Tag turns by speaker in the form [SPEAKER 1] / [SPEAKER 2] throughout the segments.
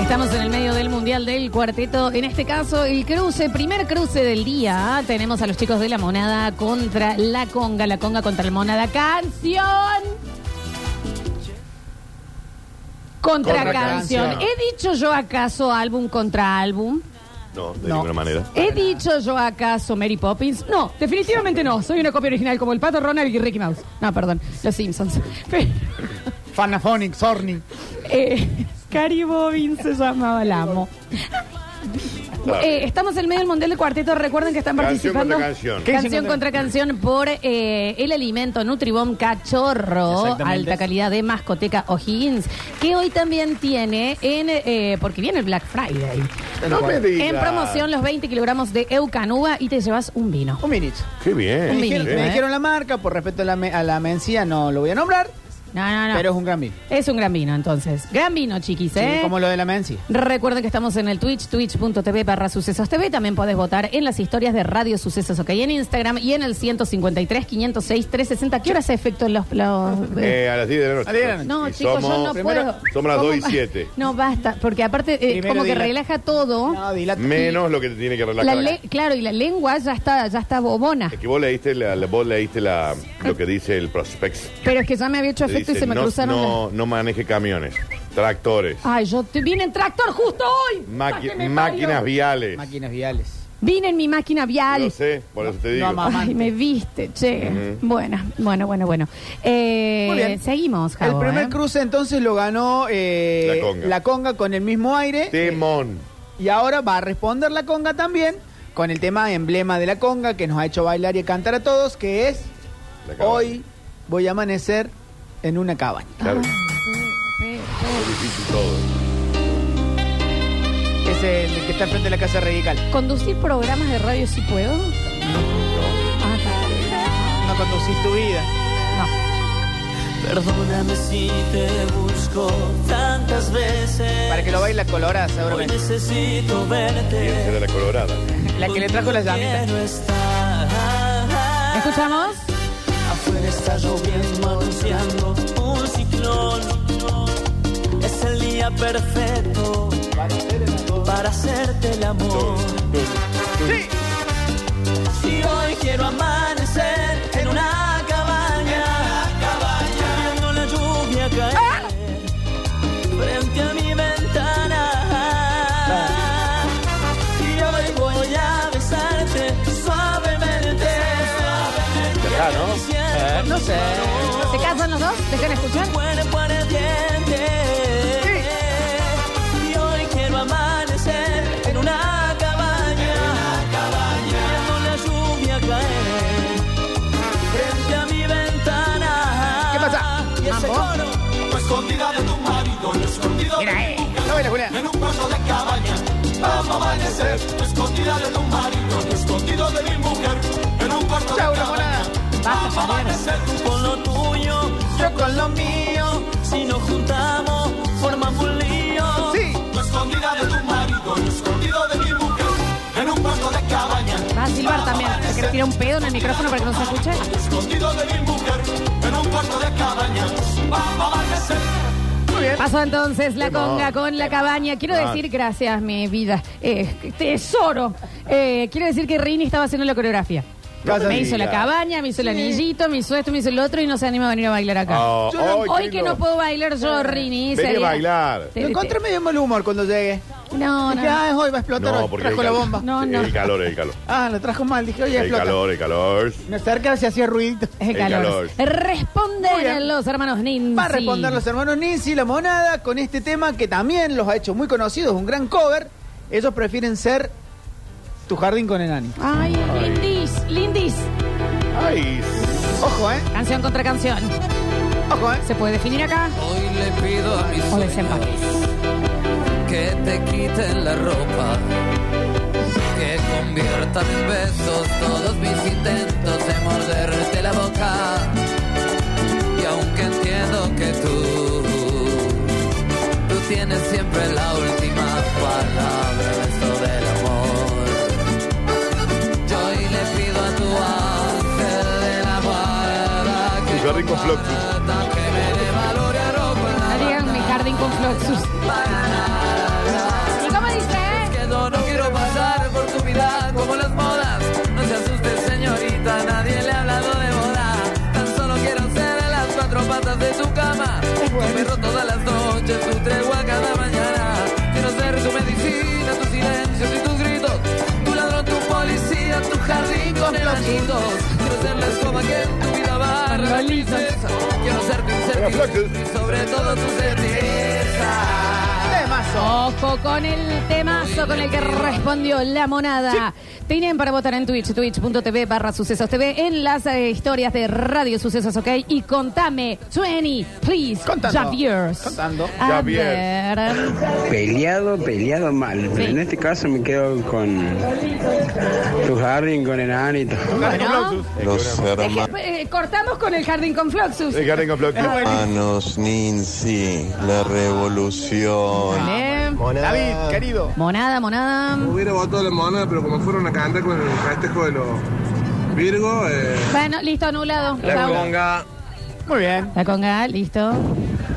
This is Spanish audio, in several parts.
[SPEAKER 1] Estamos en el medio del Mundial del Cuarteto. En este caso, el cruce, primer cruce del día. Tenemos a los chicos de la Monada contra la Conga, la Conga contra el Monada. ¡Canción! Contra,
[SPEAKER 2] Contra
[SPEAKER 1] canción.
[SPEAKER 2] canción.
[SPEAKER 1] ¿He dicho yo acaso álbum contra álbum?
[SPEAKER 3] No, de
[SPEAKER 2] No.
[SPEAKER 3] ninguna manera.
[SPEAKER 1] ¿He dicho yo acaso Mary Poppins? No, definitivamente no. Soy una copia original como el Pato Ronald y Ricky Mouse. No, perdón, los Simpsons. Pero,
[SPEAKER 2] Fanaphonic, Sorny.
[SPEAKER 1] eh, Cari Bobbin se llamaba la amo.
[SPEAKER 3] Claro.
[SPEAKER 1] Eh, estamos en medio del Mundial de Cuarteto. Recuerden que están
[SPEAKER 3] Canción
[SPEAKER 1] participando.
[SPEAKER 3] contra canción.
[SPEAKER 2] ¿Qué
[SPEAKER 1] Canción
[SPEAKER 2] dicen
[SPEAKER 1] contra
[SPEAKER 2] contra-
[SPEAKER 1] canción por eh, el alimento Nutribom Cachorro,
[SPEAKER 4] Exactamente.
[SPEAKER 1] alta calidad de mascoteca O'Higgins, que hoy también tiene, en eh, porque viene el Black Friday.
[SPEAKER 3] No me digas.
[SPEAKER 1] En promoción los 20 kilogramos de Eucanuba y te llevas un vino.
[SPEAKER 2] Un minute.
[SPEAKER 3] Qué bien.
[SPEAKER 1] Un
[SPEAKER 2] Me dijeron,
[SPEAKER 1] minute,
[SPEAKER 2] me
[SPEAKER 1] ¿eh?
[SPEAKER 2] dijeron la marca, por respeto a la, me- a la mencía no lo voy a nombrar,
[SPEAKER 1] No, no, no.
[SPEAKER 2] pero es un gran vino.
[SPEAKER 1] es un gran vino entonces. Gran vino, chiquis,
[SPEAKER 2] Sí,
[SPEAKER 1] ¿eh?
[SPEAKER 2] como lo de la mencía.
[SPEAKER 1] Recuerden que estamos en el Twitch, twitch.tv barra sucesos TV. También podés votar en las historias de Radio Sucesos, ok, en Instagram y en el 153, 506, 360. ¿Qué hora se efectúan los... los
[SPEAKER 3] Eh, a las 10 de la noche.
[SPEAKER 2] A las 10 de la noche.
[SPEAKER 1] No,
[SPEAKER 3] Y
[SPEAKER 1] chicos,
[SPEAKER 3] somos-
[SPEAKER 1] yo no
[SPEAKER 2] primero-
[SPEAKER 1] puedo.
[SPEAKER 3] somos las
[SPEAKER 1] ¿Cómo?
[SPEAKER 3] 2 y 7.
[SPEAKER 1] No, basta, porque aparte, eh,
[SPEAKER 2] Primero
[SPEAKER 1] como que
[SPEAKER 2] dilata.
[SPEAKER 1] relaja todo.
[SPEAKER 2] No, dilata.
[SPEAKER 3] Menos lo que te tiene que
[SPEAKER 1] la
[SPEAKER 3] relajar.
[SPEAKER 1] le-
[SPEAKER 3] acá.
[SPEAKER 1] claro, y la lengua ya está, ya está bobona.
[SPEAKER 3] Es que vos leíste, la, la- vos leíste la, lo que dice el prospecto.
[SPEAKER 1] Pero es que ya me había hecho efecto y se me
[SPEAKER 3] no,
[SPEAKER 1] cruzaron. Ah,
[SPEAKER 3] no, no maneje camiones, tractores,
[SPEAKER 1] las- Ay, yo te vine en tractor justo hoy.
[SPEAKER 3] maqui-
[SPEAKER 1] Sáqueme,
[SPEAKER 3] máquinas
[SPEAKER 1] Mario.
[SPEAKER 3] viales.
[SPEAKER 2] Máquinas viales.
[SPEAKER 1] Vine en mi máquina vial.
[SPEAKER 3] Lo sé, por eso te
[SPEAKER 2] No,
[SPEAKER 3] digo.
[SPEAKER 2] no, mamá.
[SPEAKER 1] Ay,
[SPEAKER 2] Amante.
[SPEAKER 1] me viste, che.
[SPEAKER 3] Ujú.
[SPEAKER 1] Bueno, bueno, bueno, bueno. Eh,
[SPEAKER 2] Muy bien.
[SPEAKER 1] Seguimos, Javo,
[SPEAKER 2] el primer
[SPEAKER 1] ¿eh?
[SPEAKER 2] cruce entonces lo ganó eh,
[SPEAKER 3] La Conga.
[SPEAKER 2] con el mismo aire.
[SPEAKER 3] Temón.
[SPEAKER 2] Y ahora va a responder la conga también con el tema emblema de la conga que nos ha hecho bailar y cantar a todos, que es
[SPEAKER 3] La cabaña.
[SPEAKER 2] Hoy voy a amanecer en una cabaña.
[SPEAKER 1] Ah,
[SPEAKER 3] Claro,
[SPEAKER 1] Eh,
[SPEAKER 3] es difícil todo.
[SPEAKER 2] Que Es el que está frente a la casa radical.
[SPEAKER 1] ¿Conducir programas de radio si puedo? Ah,
[SPEAKER 2] No conducís tu vida.
[SPEAKER 1] está. No.
[SPEAKER 5] Perdóname si te busco tantas veces.
[SPEAKER 2] Para que lo baila colorada,
[SPEAKER 5] Hoy
[SPEAKER 2] seguramente.
[SPEAKER 5] necesito
[SPEAKER 3] Bien, será
[SPEAKER 5] verte.
[SPEAKER 3] la colorada.
[SPEAKER 2] La que le trajo las llamitas.
[SPEAKER 5] Quiero estar.
[SPEAKER 1] ¿Escuchamos?
[SPEAKER 5] Afuera está lloviendo, anunciando un ciclón. Es el día perfecto para hacerte el amor. Si hoy quiero amanecer en una cabaña, viendo la lluvia caer frente a mi ventana. Y hoy voy a besarte suavemente.
[SPEAKER 3] Ya, ¿no?
[SPEAKER 5] Siento
[SPEAKER 2] No sé.
[SPEAKER 1] ¿Se casan los dos? ¿Dejan escuchar?
[SPEAKER 5] cuerpo ardiente. Y hoy quiero amanecer en una cabaña. Viendo la lluvia caer frente a mi ventana.
[SPEAKER 2] ¿Qué pasa?
[SPEAKER 5] Y ese
[SPEAKER 2] ¿Mambo?
[SPEAKER 5] coro.
[SPEAKER 6] escondida de tu marido, no escondida de tu mujer,
[SPEAKER 2] No baila, Julián.
[SPEAKER 6] en un cuarto de cabaña. Vamos a amanecer, escondida de tu marido, no escondido de mi mujer, en un cuarto de
[SPEAKER 2] Chau, la
[SPEAKER 6] cabaña. Vamos a amanecer,
[SPEAKER 5] Con lo tuyo,
[SPEAKER 2] Yo con lo mío.
[SPEAKER 5] si nos juntamos, formamos un lío.
[SPEAKER 2] Sí.
[SPEAKER 6] no escondida de tu marido, no escondido de mi mujer, en un cuarto de cabaña.
[SPEAKER 1] Va a silbar también. ¿Te querés tirar un pedo en el micrófono para que no se escuche?
[SPEAKER 6] No escondido de mi mujer, en un cuarto de cabaña. Vamos a amanecer.
[SPEAKER 1] Pasó entonces la
[SPEAKER 3] Temón.
[SPEAKER 1] conga con la cabaña. Quiero
[SPEAKER 6] Ah.
[SPEAKER 3] Temón.
[SPEAKER 1] decir gracias, mi vida. Eh, tesoro. Eh, quiero decir que Rini estaba haciendo la coreografía.
[SPEAKER 3] No te
[SPEAKER 1] me hizo la
[SPEAKER 3] digas.
[SPEAKER 1] cabaña, me hizo el anillito, me hizo esto, me hizo el otro y no se anima a venir a bailar acá.
[SPEAKER 3] Ah,
[SPEAKER 2] Yo no-
[SPEAKER 3] ay,
[SPEAKER 1] Hoy
[SPEAKER 3] qué
[SPEAKER 1] que
[SPEAKER 3] lindo.
[SPEAKER 1] no puedo bailar yo, Rini.
[SPEAKER 3] Vení a
[SPEAKER 1] sería-
[SPEAKER 3] bailar.
[SPEAKER 1] Te-
[SPEAKER 2] Lo encontré medio en mal humor cuando llegue.
[SPEAKER 1] No, no.
[SPEAKER 2] Dije, ah, es hoy va a explotar. hoy.
[SPEAKER 3] porque
[SPEAKER 2] trajo
[SPEAKER 3] el
[SPEAKER 2] la
[SPEAKER 3] cal-
[SPEAKER 2] bomba.
[SPEAKER 1] No,
[SPEAKER 3] sí,
[SPEAKER 1] no.
[SPEAKER 3] El calor, el calor.
[SPEAKER 2] Ah, lo trajo mal. Dije, oye,
[SPEAKER 3] El
[SPEAKER 2] explota.
[SPEAKER 3] calor, el calor.
[SPEAKER 2] Me acercaba y se hacía ruidito.
[SPEAKER 1] Es el
[SPEAKER 3] El
[SPEAKER 1] calor.
[SPEAKER 3] calor.
[SPEAKER 1] Responden
[SPEAKER 2] Muy bien.
[SPEAKER 1] los hermanos Ninja.
[SPEAKER 2] Va a responder los hermanos Ninzi y la monada con este tema que también los ha hecho muy conocidos, un gran cover. Ellos prefieren ser Tu jardín con enani.
[SPEAKER 1] Ay,
[SPEAKER 3] Ay.
[SPEAKER 1] lindis, lindis.
[SPEAKER 3] Ay,
[SPEAKER 2] Ojo, ¿eh?
[SPEAKER 1] Canción contra canción.
[SPEAKER 2] Ojo, ¿eh?
[SPEAKER 1] ¿Se puede definir acá?
[SPEAKER 7] Hoy le pido a mis
[SPEAKER 1] O desempate.
[SPEAKER 7] sueños que te quiten la ropa, que conviertan en besos todos mis intentos de morderte la boca. Y aunque entiendo que tú, tú tienes siempre la última palabra en esto del amor. Yo hoy le pido a tu ángel de la guarda que
[SPEAKER 3] Tu jardín con
[SPEAKER 7] comparta, que me dé valor y arropa en la
[SPEAKER 1] Harían mi jardín con floxus.
[SPEAKER 7] para nada.
[SPEAKER 1] eh?
[SPEAKER 7] Perro todas las noches, tu tregua cada mañana. Quiero ser tu medicina, tus silencios y tus gritos. Tu ladrón, tu policía, tu jardín con enanitos. Quiero ser la escoba que en tu vida barra la tristeza. Quiero ser tu incertidumbre y sobre todo tu certeza.
[SPEAKER 2] Temazo.
[SPEAKER 1] Ojo con el temazo con el que respondió la monada. Tienen para votar en Twitch, twitch.tv barra sucesos TV, en las eh, historias de Radio Sucesos, ¿ok? Y contame, 20, please,
[SPEAKER 2] Contando.
[SPEAKER 1] Javier.
[SPEAKER 2] Contando.
[SPEAKER 1] A
[SPEAKER 3] Javier.
[SPEAKER 1] ver.
[SPEAKER 4] Peleado, peleado mal.
[SPEAKER 1] Sí.
[SPEAKER 4] Pero en este caso me quedo con tu jardín con enanito.
[SPEAKER 1] Bueno,
[SPEAKER 8] Los
[SPEAKER 1] deje- eh, cortamos con el jardín con Floxus.
[SPEAKER 3] El Garden Complex.
[SPEAKER 8] hermanos Ninzi, la revolución.
[SPEAKER 1] Vale.
[SPEAKER 2] David, querido.
[SPEAKER 1] Monada, monada.
[SPEAKER 9] Hubiera votado la monada, pero como fueron a cantar con el festejo de los Virgo, eh,
[SPEAKER 1] Bueno, listo, anulado. Chau.
[SPEAKER 2] Muy bien.
[SPEAKER 1] La conga, listo.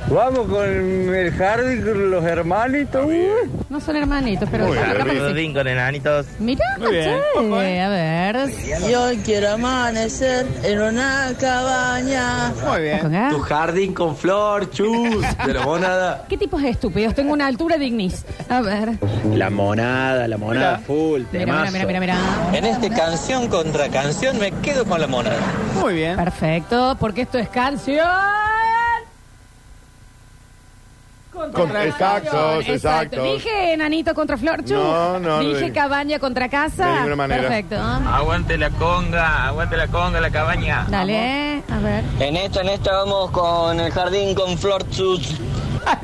[SPEAKER 4] Vamos con el jardín con los hermanitos.
[SPEAKER 1] No son hermanitos, pero
[SPEAKER 3] Muy bien,
[SPEAKER 1] capaz que sí.
[SPEAKER 10] Jardín con enanitos.
[SPEAKER 1] Mirá,
[SPEAKER 2] Muy bien.
[SPEAKER 1] che,
[SPEAKER 2] Ojo, eh.
[SPEAKER 1] a ver.
[SPEAKER 7] Yo quiero amanecer en una cabaña.
[SPEAKER 2] Muy
[SPEAKER 1] La
[SPEAKER 2] bien.
[SPEAKER 1] conga.
[SPEAKER 5] Tu jardín con flor, chus, de la monada.
[SPEAKER 1] ¿Qué tipos de estúpidos? Tengo una altura de ignis. A ver.
[SPEAKER 4] La monada, la monada
[SPEAKER 2] Mira.
[SPEAKER 4] full,
[SPEAKER 1] Mira, mira, mira, mira, mira.
[SPEAKER 10] En este canción contra canción me quedo con la monada.
[SPEAKER 2] Muy bien.
[SPEAKER 1] Perfecto, porque esto es canción.
[SPEAKER 3] Contra- exactos,
[SPEAKER 1] Exacto.
[SPEAKER 3] exactos.
[SPEAKER 1] Dije enanito contra Florchu.
[SPEAKER 3] No, no, no
[SPEAKER 1] Dije
[SPEAKER 3] dije.
[SPEAKER 1] cabaña contra casa.
[SPEAKER 3] De ninguna manera.
[SPEAKER 1] Perfecto.
[SPEAKER 10] Aguante la conga, aguante la conga, la cabaña.
[SPEAKER 1] Dale, a ver.
[SPEAKER 10] En esta, en esta vamos con el jardín con flor, chus.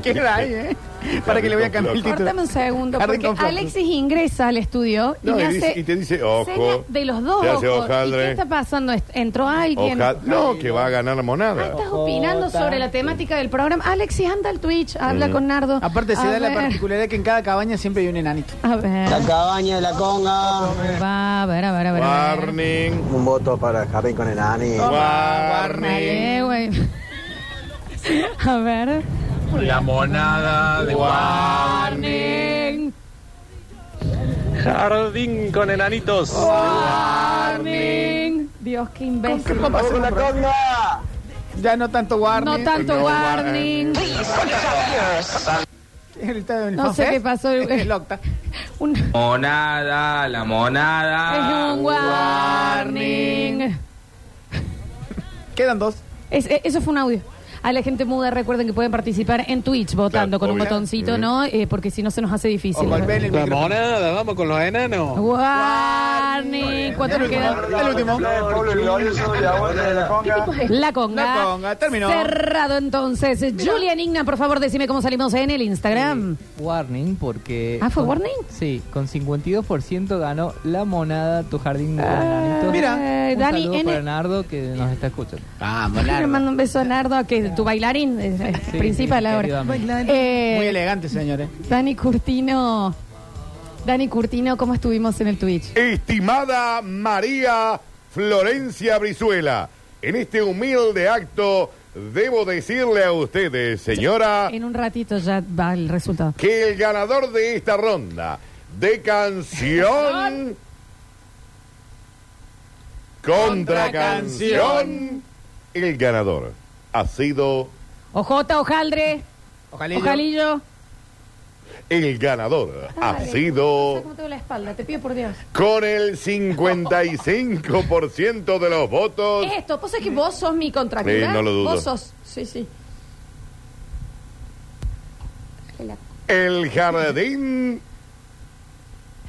[SPEAKER 2] Queda ahí, ¿eh? Para que le voy a cambiar el título.
[SPEAKER 1] Cortame un segundo,
[SPEAKER 2] Jardín
[SPEAKER 1] porque
[SPEAKER 2] con flores.
[SPEAKER 1] Alexis ingresa al estudio y,
[SPEAKER 3] No,
[SPEAKER 1] me
[SPEAKER 3] y
[SPEAKER 1] hace
[SPEAKER 3] dice- y te dice, ojo.
[SPEAKER 1] señas de los dos
[SPEAKER 3] Te hace
[SPEAKER 1] ojos. ¿Y
[SPEAKER 3] hojaldre.
[SPEAKER 1] qué está pasando? Est- ¿Entró alguien?
[SPEAKER 3] Ojalá. No, que va a ganar la
[SPEAKER 1] Ah,
[SPEAKER 3] monada.
[SPEAKER 1] estás opinando sobre la temática del programa. Alexis, anda al Twitch, habla
[SPEAKER 3] Mm.
[SPEAKER 1] con Nardo.
[SPEAKER 2] Aparte se
[SPEAKER 1] A
[SPEAKER 2] da la
[SPEAKER 1] ver,
[SPEAKER 2] particularidad que en cada cabaña siempre hay un enanito.
[SPEAKER 1] A ver. La cabaña de la conga. Va, a ver, a ver, a ver. a ver.
[SPEAKER 3] Warning.
[SPEAKER 9] un voto para Jardín con enani.
[SPEAKER 1] Oh.
[SPEAKER 3] Warning.
[SPEAKER 1] Dale, güey. A ver.
[SPEAKER 10] La monada de
[SPEAKER 1] Warning.
[SPEAKER 10] Jardín con enanitos.
[SPEAKER 1] Warning. Dios, qué imbécil.
[SPEAKER 2] Ya no tanto
[SPEAKER 1] No
[SPEAKER 2] warning.
[SPEAKER 1] tanto
[SPEAKER 3] No,
[SPEAKER 1] warning.
[SPEAKER 2] Está en el
[SPEAKER 1] No sé
[SPEAKER 2] Fafest.
[SPEAKER 1] qué pasó. el-
[SPEAKER 2] El octa.
[SPEAKER 1] Un- es
[SPEAKER 10] Monada, la monada.
[SPEAKER 1] un warning.
[SPEAKER 2] Quedan dos.
[SPEAKER 1] Es- e- eso fue un audio. A la gente muda recuerden que pueden participar en Twitch votando
[SPEAKER 3] Claro,
[SPEAKER 1] con un
[SPEAKER 3] obvio.
[SPEAKER 1] botoncito, ¿no? Eh, porque si no se nos hace
[SPEAKER 2] O
[SPEAKER 1] difícil.
[SPEAKER 2] golpeen el micrófono.
[SPEAKER 9] monada, vamos con los enanos.
[SPEAKER 1] Warning. Cuatro
[SPEAKER 2] El
[SPEAKER 1] que
[SPEAKER 2] último.
[SPEAKER 1] quedan.
[SPEAKER 2] El último.
[SPEAKER 1] La conga.
[SPEAKER 2] La conga, terminó.
[SPEAKER 1] Cerrado entonces. Julian Igna, por favor, decime cómo salimos en el Instagram.
[SPEAKER 10] Eh, Warning, porque.
[SPEAKER 1] Ah, ¿fue warning?
[SPEAKER 10] Sí, con 52% ganó la monada tu jardín con enanitos.
[SPEAKER 2] mira.
[SPEAKER 1] Eh,
[SPEAKER 10] Un
[SPEAKER 1] Dani
[SPEAKER 10] saludo para
[SPEAKER 1] N.
[SPEAKER 10] Nardo que nos está escuchando.
[SPEAKER 1] Le mando un beso a Nardo, que es tu bailarín eh, eh,
[SPEAKER 10] Sí,
[SPEAKER 1] principal
[SPEAKER 10] sí,
[SPEAKER 1] ahora.
[SPEAKER 10] querido amigo.
[SPEAKER 1] Eh,
[SPEAKER 2] Muy elegante, señores.
[SPEAKER 1] Dani Curtino. Dani Curtino, ¿cómo estuvimos en el Twitch?
[SPEAKER 3] Estimada María Florencia Brizuela, en este humilde acto debo decirle a ustedes,
[SPEAKER 2] Ah.
[SPEAKER 3] señora,
[SPEAKER 1] En un ratito ya va el resultado.
[SPEAKER 3] que el ganador de esta ronda de canción contra canción, el ganador ha sido
[SPEAKER 1] Ojota, Ojaldre,
[SPEAKER 2] Ojalá.
[SPEAKER 1] Ojalillo.
[SPEAKER 3] el ganador ha
[SPEAKER 1] Dale.
[SPEAKER 3] sido
[SPEAKER 1] ¿Cómo tengo la espalda? Te pido por Dios.
[SPEAKER 3] con el 55% de los votos.
[SPEAKER 1] Esto, vos es que vos sos mi contractura.
[SPEAKER 3] Eh, no lo dudo.
[SPEAKER 1] Vos sos. Sí, sí.
[SPEAKER 3] El jardín.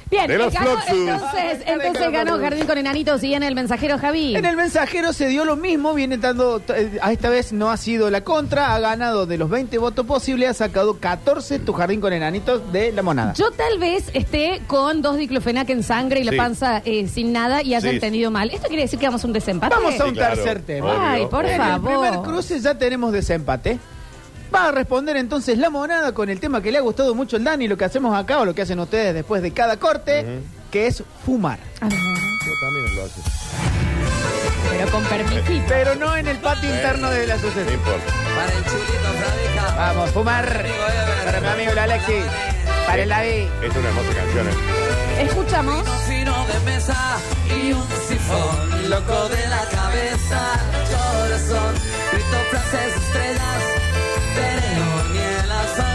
[SPEAKER 1] Bien, eh,
[SPEAKER 3] De los
[SPEAKER 1] ganó,
[SPEAKER 3] Fluxus.
[SPEAKER 1] entonces, entonces ganó Jardín con Enanitos y en el mensajero Javi.
[SPEAKER 2] En el mensajero se dio lo mismo, viene dando, eh, a esta vez no ha sido la contra, ha ganado de los 20 votos posibles, ha sacado 14 tu jardín con enanitos de la monada.
[SPEAKER 1] Yo tal vez esté con dos diclofenac en sangre y la
[SPEAKER 3] Sí.
[SPEAKER 1] panza eh, sin nada y haya
[SPEAKER 3] Sí.
[SPEAKER 1] entendido mal. ¿Esto quiere decir que vamos a un desempate?
[SPEAKER 2] Vamos a un
[SPEAKER 3] Sí, claro.
[SPEAKER 2] tercer tema.
[SPEAKER 1] Ay,
[SPEAKER 3] Obvio. Eh,
[SPEAKER 1] por
[SPEAKER 2] en el
[SPEAKER 1] favor.
[SPEAKER 2] primer cruce ya tenemos desempate. Va a responder entonces la monada con el tema que le ha gustado mucho el Dani, lo que hacemos acá o lo que hacen ustedes después de cada corte, que es fumar.
[SPEAKER 1] A ver,
[SPEAKER 3] también lo hace.
[SPEAKER 1] Pero con permisito.
[SPEAKER 2] Eh, Pero no en el patio interno de la
[SPEAKER 3] No
[SPEAKER 2] sucesión.
[SPEAKER 3] importa.
[SPEAKER 7] Para el chulito, Fradica.
[SPEAKER 2] Vamos, fumar. Para mi amigo el Alexis. Para el David.
[SPEAKER 3] Es una hermosa canción. ¿eh?
[SPEAKER 1] Escuchamos.
[SPEAKER 7] Sino de mesa y un sifón loco de la cabeza, corazón, grito frases, estrellas, pereo,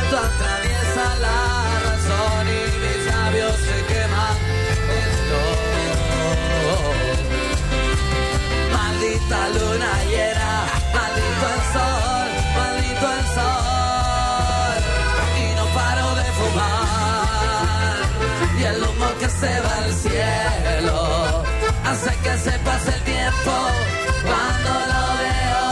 [SPEAKER 7] esta luna llena. Maldito el sol, maldito el sol. Y no paro de fumar. Y el humo que se va al cielo hace que se pase el tiempo cuando lo veo.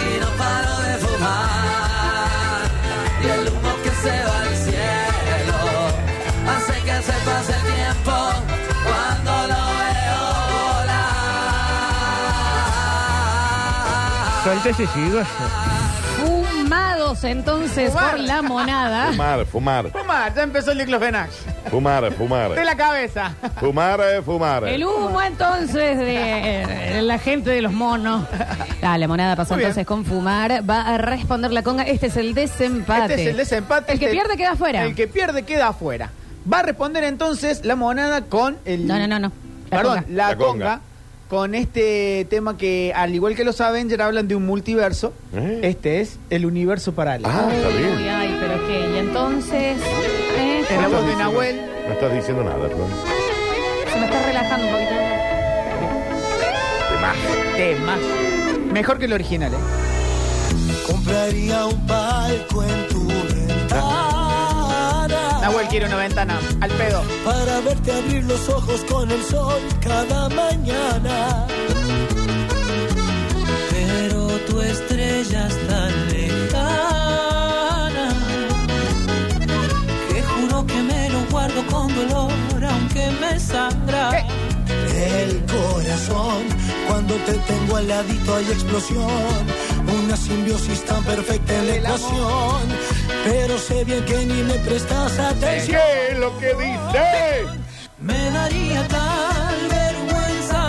[SPEAKER 7] Y no paro de fumar. Y el humo que se va al cielo hace que se pase el tiempo cuando lo veo volar.
[SPEAKER 11] Suelta ese cigarro.
[SPEAKER 1] Fumados entonces
[SPEAKER 2] Fumar.
[SPEAKER 1] por la monada.
[SPEAKER 3] Fumar, fumar,
[SPEAKER 2] Fumar, ya empezó el diclofenac.
[SPEAKER 3] fumar,
[SPEAKER 2] De
[SPEAKER 3] fumar.
[SPEAKER 2] la cabeza.
[SPEAKER 3] Fumar, eh, fumar.
[SPEAKER 1] El humo entonces de eh, la gente de los monos. Ah, la monada pasó
[SPEAKER 2] Muy bien.
[SPEAKER 1] entonces con fumar. Va a responder la conga. Este es el desempate.
[SPEAKER 2] Este es el desempate.
[SPEAKER 1] El que
[SPEAKER 2] Este-
[SPEAKER 1] pierde queda fuera.
[SPEAKER 2] El que pierde queda afuera. Va a responder entonces la monada con el.
[SPEAKER 1] No, no, no, no. La
[SPEAKER 2] Perdón,
[SPEAKER 1] conga.
[SPEAKER 2] la,
[SPEAKER 3] La
[SPEAKER 2] conga.
[SPEAKER 3] conga.
[SPEAKER 2] Con este tema que, al igual que los Avengers, hablan de un multiverso.
[SPEAKER 3] ¿Eh?
[SPEAKER 2] Este es el universo paralelo.
[SPEAKER 3] Ah, está
[SPEAKER 1] Uy,
[SPEAKER 3] bien.
[SPEAKER 1] ay, pero qué. Y entonces. eh,
[SPEAKER 2] En la voz
[SPEAKER 3] Estás
[SPEAKER 2] de
[SPEAKER 3] diciendo-
[SPEAKER 2] Nahuel.
[SPEAKER 3] No estás diciendo nada, Flor.
[SPEAKER 1] se me está relajando un poquito.
[SPEAKER 2] Temas. Mejor que el original, ¿eh?
[SPEAKER 5] Compraría un palco en tu ventana.
[SPEAKER 2] Nahuel quiere una ventana. Al pedo.
[SPEAKER 5] para verte abrir los ojos con el sol cada mañana. Pero tu estrella es tan lejana que juro que me lo guardo con dolor, aunque me sangra. El corazón, cuando te tengo al ladito hay explosión, una simbiosis tan perfecta en la ecuación, pero sé bien que ni me prestas atención.
[SPEAKER 3] ¿Qué es lo que dice?
[SPEAKER 5] Me daría tal vergüenza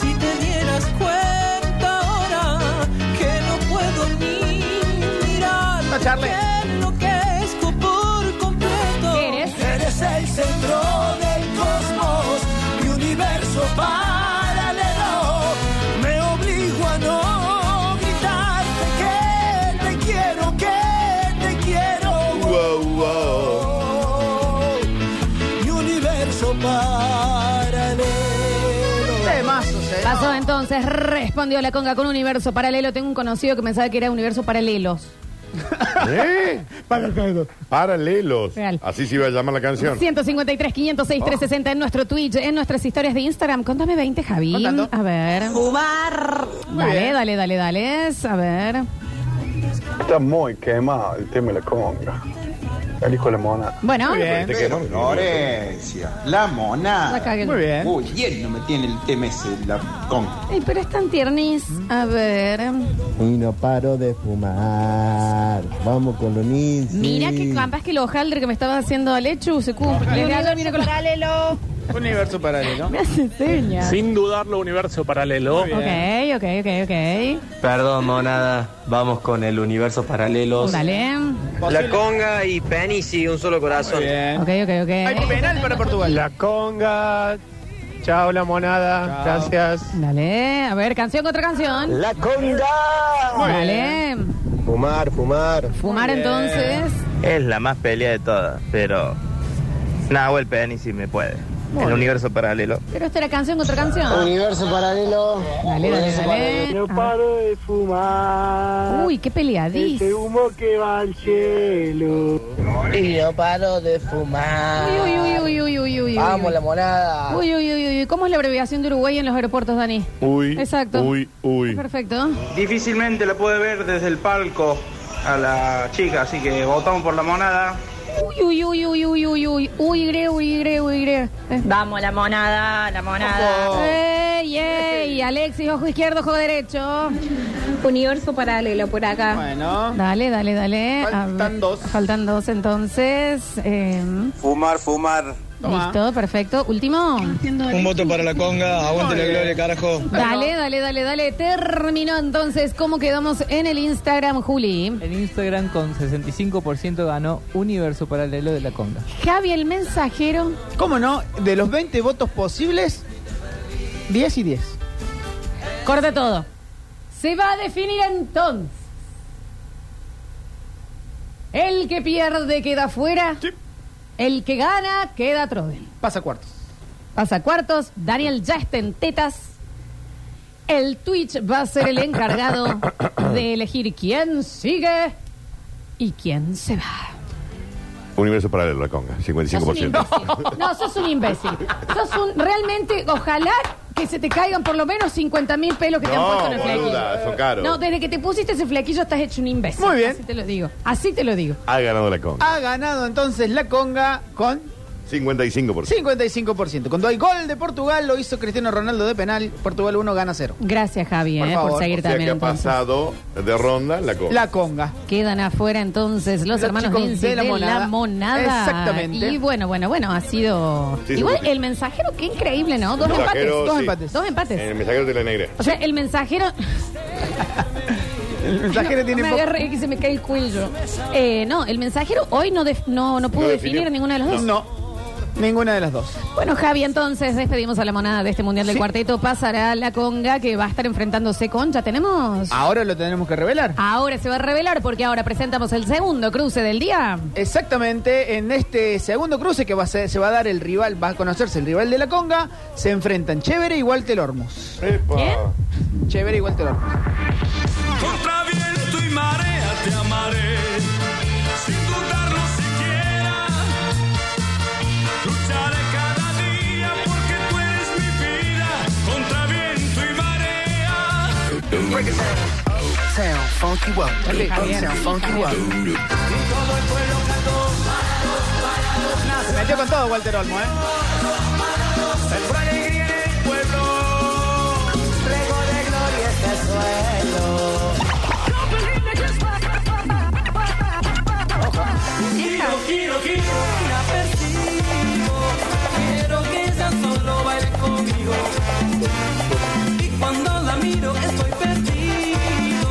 [SPEAKER 5] si te dieras cuenta ahora que no puedo ni mirar.
[SPEAKER 2] No, Charlie.
[SPEAKER 5] Te enloquezco por completo.
[SPEAKER 1] ¿Qué eres?
[SPEAKER 5] Eres el centro del cosmos, mi universo paralelo. Me obligo a no gritarte que te quiero, que te quiero.
[SPEAKER 3] Wow, wow.
[SPEAKER 5] Mi universo paralelo.
[SPEAKER 2] Temazos, ¿eh?
[SPEAKER 1] Pasó entonces, respondió la conga con universo paralelo. Tengo un conocido que pensaba que era universo paralelos.
[SPEAKER 3] ¿Eh? Paralelos.
[SPEAKER 1] Real.
[SPEAKER 3] Así se iba a llamar la canción.
[SPEAKER 1] 153, 506, 360 en nuestro Twitch, en nuestras historias de Instagram. Contame 20, Javi.
[SPEAKER 2] Contando.
[SPEAKER 1] A ver.
[SPEAKER 5] Fumar.
[SPEAKER 2] Muy
[SPEAKER 1] Dale,
[SPEAKER 2] bien.
[SPEAKER 1] dale, dale, dale. A ver.
[SPEAKER 4] Está muy quemado el tema de la conga. Elijo la mona.
[SPEAKER 1] Bueno,
[SPEAKER 2] Muy bien.
[SPEAKER 3] Te quedó.
[SPEAKER 12] Florencia, la
[SPEAKER 1] la
[SPEAKER 12] monada.
[SPEAKER 1] cagué.
[SPEAKER 2] Muy bien.
[SPEAKER 12] Muy bien, no me tiene el tema ese, la conga.
[SPEAKER 1] Ay, pero es tan tiernis.
[SPEAKER 2] Mm.
[SPEAKER 1] A ver.
[SPEAKER 13] Y no paro de fumar. Vamos con los ninjas.
[SPEAKER 1] Mira
[SPEAKER 2] Mm.
[SPEAKER 1] que capaz que el ojalder que me estaba haciendo a Lechu se cumple. Mira, mira con la-
[SPEAKER 14] Paralelo.
[SPEAKER 2] Universo paralelo.
[SPEAKER 1] Me hace señas.
[SPEAKER 11] Sin dudarlo, universo paralelo.
[SPEAKER 1] Ok, ok, ok, ok.
[SPEAKER 14] Perdón, monada. Vamos con el universo paralelo.
[SPEAKER 1] Dale.
[SPEAKER 2] Posible.
[SPEAKER 14] conga y Penisi, un solo corazón.
[SPEAKER 2] Muy bien.
[SPEAKER 1] Ok, ok, ok.
[SPEAKER 2] Hay penal para Portugal.
[SPEAKER 11] La conga. Chao, la monada.
[SPEAKER 2] Chao.
[SPEAKER 11] Gracias.
[SPEAKER 1] Dale, a ver, canción contra canción.
[SPEAKER 14] La conga.
[SPEAKER 2] Muy
[SPEAKER 1] Dale.
[SPEAKER 14] Fumar, fumar.
[SPEAKER 1] Fumar
[SPEAKER 2] Muy bien.
[SPEAKER 1] entonces.
[SPEAKER 14] Es la más pelea de todas, pero Nahuel Penisi me puede.
[SPEAKER 2] Muy bien.
[SPEAKER 14] el universo paralelo.
[SPEAKER 1] Pero esta era canción contra canción.
[SPEAKER 13] Universo paralelo.
[SPEAKER 1] Dale, dale, dale.
[SPEAKER 11] No paro de fumar.
[SPEAKER 1] Uy, qué peleadís.
[SPEAKER 11] Este
[SPEAKER 1] Uy,
[SPEAKER 11] humo que va al cielo.
[SPEAKER 13] Y no paro de fumar.
[SPEAKER 1] uy, uy, uy, uy, uy, uy.
[SPEAKER 13] Vamos la monada.
[SPEAKER 1] Uy, uy, uy, uy. ¿Cómo es la abreviación de Uruguay en los aeropuertos, Dani?
[SPEAKER 3] Uy.
[SPEAKER 1] Exacto.
[SPEAKER 3] Uy, uy.
[SPEAKER 1] Perfecto.
[SPEAKER 14] Difícilmente la puede ver desde el palco a la chica, así que votamos por la monada.
[SPEAKER 1] Uy, uy, uy, uy, uy, uy, uy. Uy, gre, uy, gre, uy, gre. Eh.
[SPEAKER 15] Vamos, la monada, la monada.
[SPEAKER 2] Ojo.
[SPEAKER 1] ¡Ey, ey! Alexis, ojo izquierdo, ojo derecho.
[SPEAKER 15] Universo paralelo por acá.
[SPEAKER 2] Bueno.
[SPEAKER 1] Dale, dale, dale. A
[SPEAKER 2] Faltan
[SPEAKER 1] ver,
[SPEAKER 2] dos.
[SPEAKER 1] Faltan dos, entonces. eh,
[SPEAKER 14] Fumar, fumar.
[SPEAKER 2] Toma.
[SPEAKER 1] listo, perfecto. Último.
[SPEAKER 14] Un voto para la conga, aguante la gloria, carajo.
[SPEAKER 1] Dale, dale, dale, dale. Terminó entonces. ¿Cómo quedamos en el Instagram, Juli?
[SPEAKER 10] En Instagram con 65% ganó Universo Paralelo de la Conga.
[SPEAKER 1] Javi, el mensajero.
[SPEAKER 2] ¿Cómo no? De los 20 votos posibles, 10 y 10.
[SPEAKER 1] Corta todo. Se va a definir entonces. El que pierde queda fuera. El que gana queda Troden.
[SPEAKER 2] Pasa cuartos.
[SPEAKER 1] Pasa a cuartos. Daniel ya está en tetas. El Twitch va a ser el encargado de elegir quién sigue y quién se va.
[SPEAKER 3] Universo paralelo, la conga,
[SPEAKER 1] Sos un
[SPEAKER 3] 55%.
[SPEAKER 1] imbécil. No, sos un imbécil. Sos un. Realmente, ojalá que se te caigan por lo menos 50 mil pelos que te han
[SPEAKER 3] No,
[SPEAKER 1] puesto en el
[SPEAKER 3] boluda,
[SPEAKER 1] flequillo.
[SPEAKER 3] son caros.
[SPEAKER 1] No, desde que te pusiste ese flequillo estás hecho un imbécil. Muy bien. Así te lo digo. Así te lo digo.
[SPEAKER 3] Ha ganado la conga.
[SPEAKER 2] Ha ganado entonces la conga con
[SPEAKER 3] 55%.
[SPEAKER 2] 55%. Cuando hay gol de Portugal, lo hizo Cristiano Ronaldo de penal. Portugal 1 gana 0.
[SPEAKER 1] Gracias, Javi, eh,
[SPEAKER 2] Por
[SPEAKER 1] por,
[SPEAKER 2] favor,
[SPEAKER 1] seguir
[SPEAKER 3] o sea
[SPEAKER 1] también.
[SPEAKER 3] que ha
[SPEAKER 1] entonces.
[SPEAKER 3] pasado de ronda la conga.
[SPEAKER 2] La conga.
[SPEAKER 1] Quedan afuera entonces los,
[SPEAKER 2] Los
[SPEAKER 1] hermanos
[SPEAKER 2] chicos
[SPEAKER 1] Lindsay de la, monada.
[SPEAKER 2] Exactamente.
[SPEAKER 1] Y bueno, bueno, bueno, ha sido.
[SPEAKER 3] Sí,
[SPEAKER 1] Igual
[SPEAKER 3] sí.
[SPEAKER 1] el mensajero, qué increíble, ¿no? Dos
[SPEAKER 3] El
[SPEAKER 1] empates.
[SPEAKER 3] mensajero,
[SPEAKER 1] Dos
[SPEAKER 3] sí. Eh,
[SPEAKER 1] empates. Dos empates.
[SPEAKER 3] En el mensajero de la negra.
[SPEAKER 1] O sea, el mensajero.
[SPEAKER 2] El mensajero
[SPEAKER 1] No,
[SPEAKER 2] tiene
[SPEAKER 1] me
[SPEAKER 2] po-
[SPEAKER 1] agarré que se me cae el cuello. Eh, no, el mensajero hoy no, def- no, no pudo
[SPEAKER 2] ¿No definió?
[SPEAKER 1] definir ninguna de las dos.
[SPEAKER 2] No. Ninguna de las dos.
[SPEAKER 1] Bueno, Javi, entonces despedimos a la monada de este Mundial del Cuarteto. Pasará la conga que va a estar enfrentándose con. ¿Ya tenemos?
[SPEAKER 2] Ahora lo tenemos que revelar.
[SPEAKER 1] Ahora se va a revelar porque ahora presentamos el segundo cruce del día.
[SPEAKER 2] Exactamente, en este segundo cruce que va a ser- se va a dar el rival, va a conocerse el rival de la conga, se enfrentan Chévere y Walter Ormus. Chévere y Walter Ormus.
[SPEAKER 5] Contra viento y marea te amaré, sin dudarlo siquiera. Lucharé cada día porque tú eres mi vida. Contra viento y marea.
[SPEAKER 16] Sound funky wow. Sound funky wow.
[SPEAKER 2] Se metió con todo Walter Olmo, ¿eh?
[SPEAKER 5] Sembró alegría en el pueblo. Luego de gloria este suelo. Giro, giro, giro. La persigo. Quiero que ella solo baile conmigo. Y cuando la miro estoy perdido.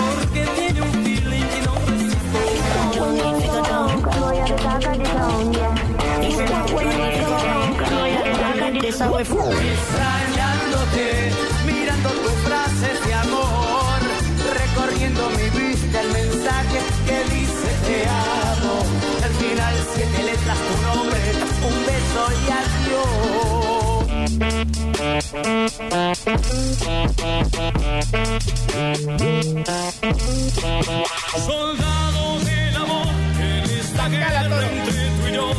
[SPEAKER 5] Porque tiene un feeling que no Extrañándote, mirando tus frases de amor, recorriendo mi vista el mensaje que dice te amo. Al final siete letras tu nombre, un beso y adiós. Soldado del amor, en esta guerra entre tú y yo,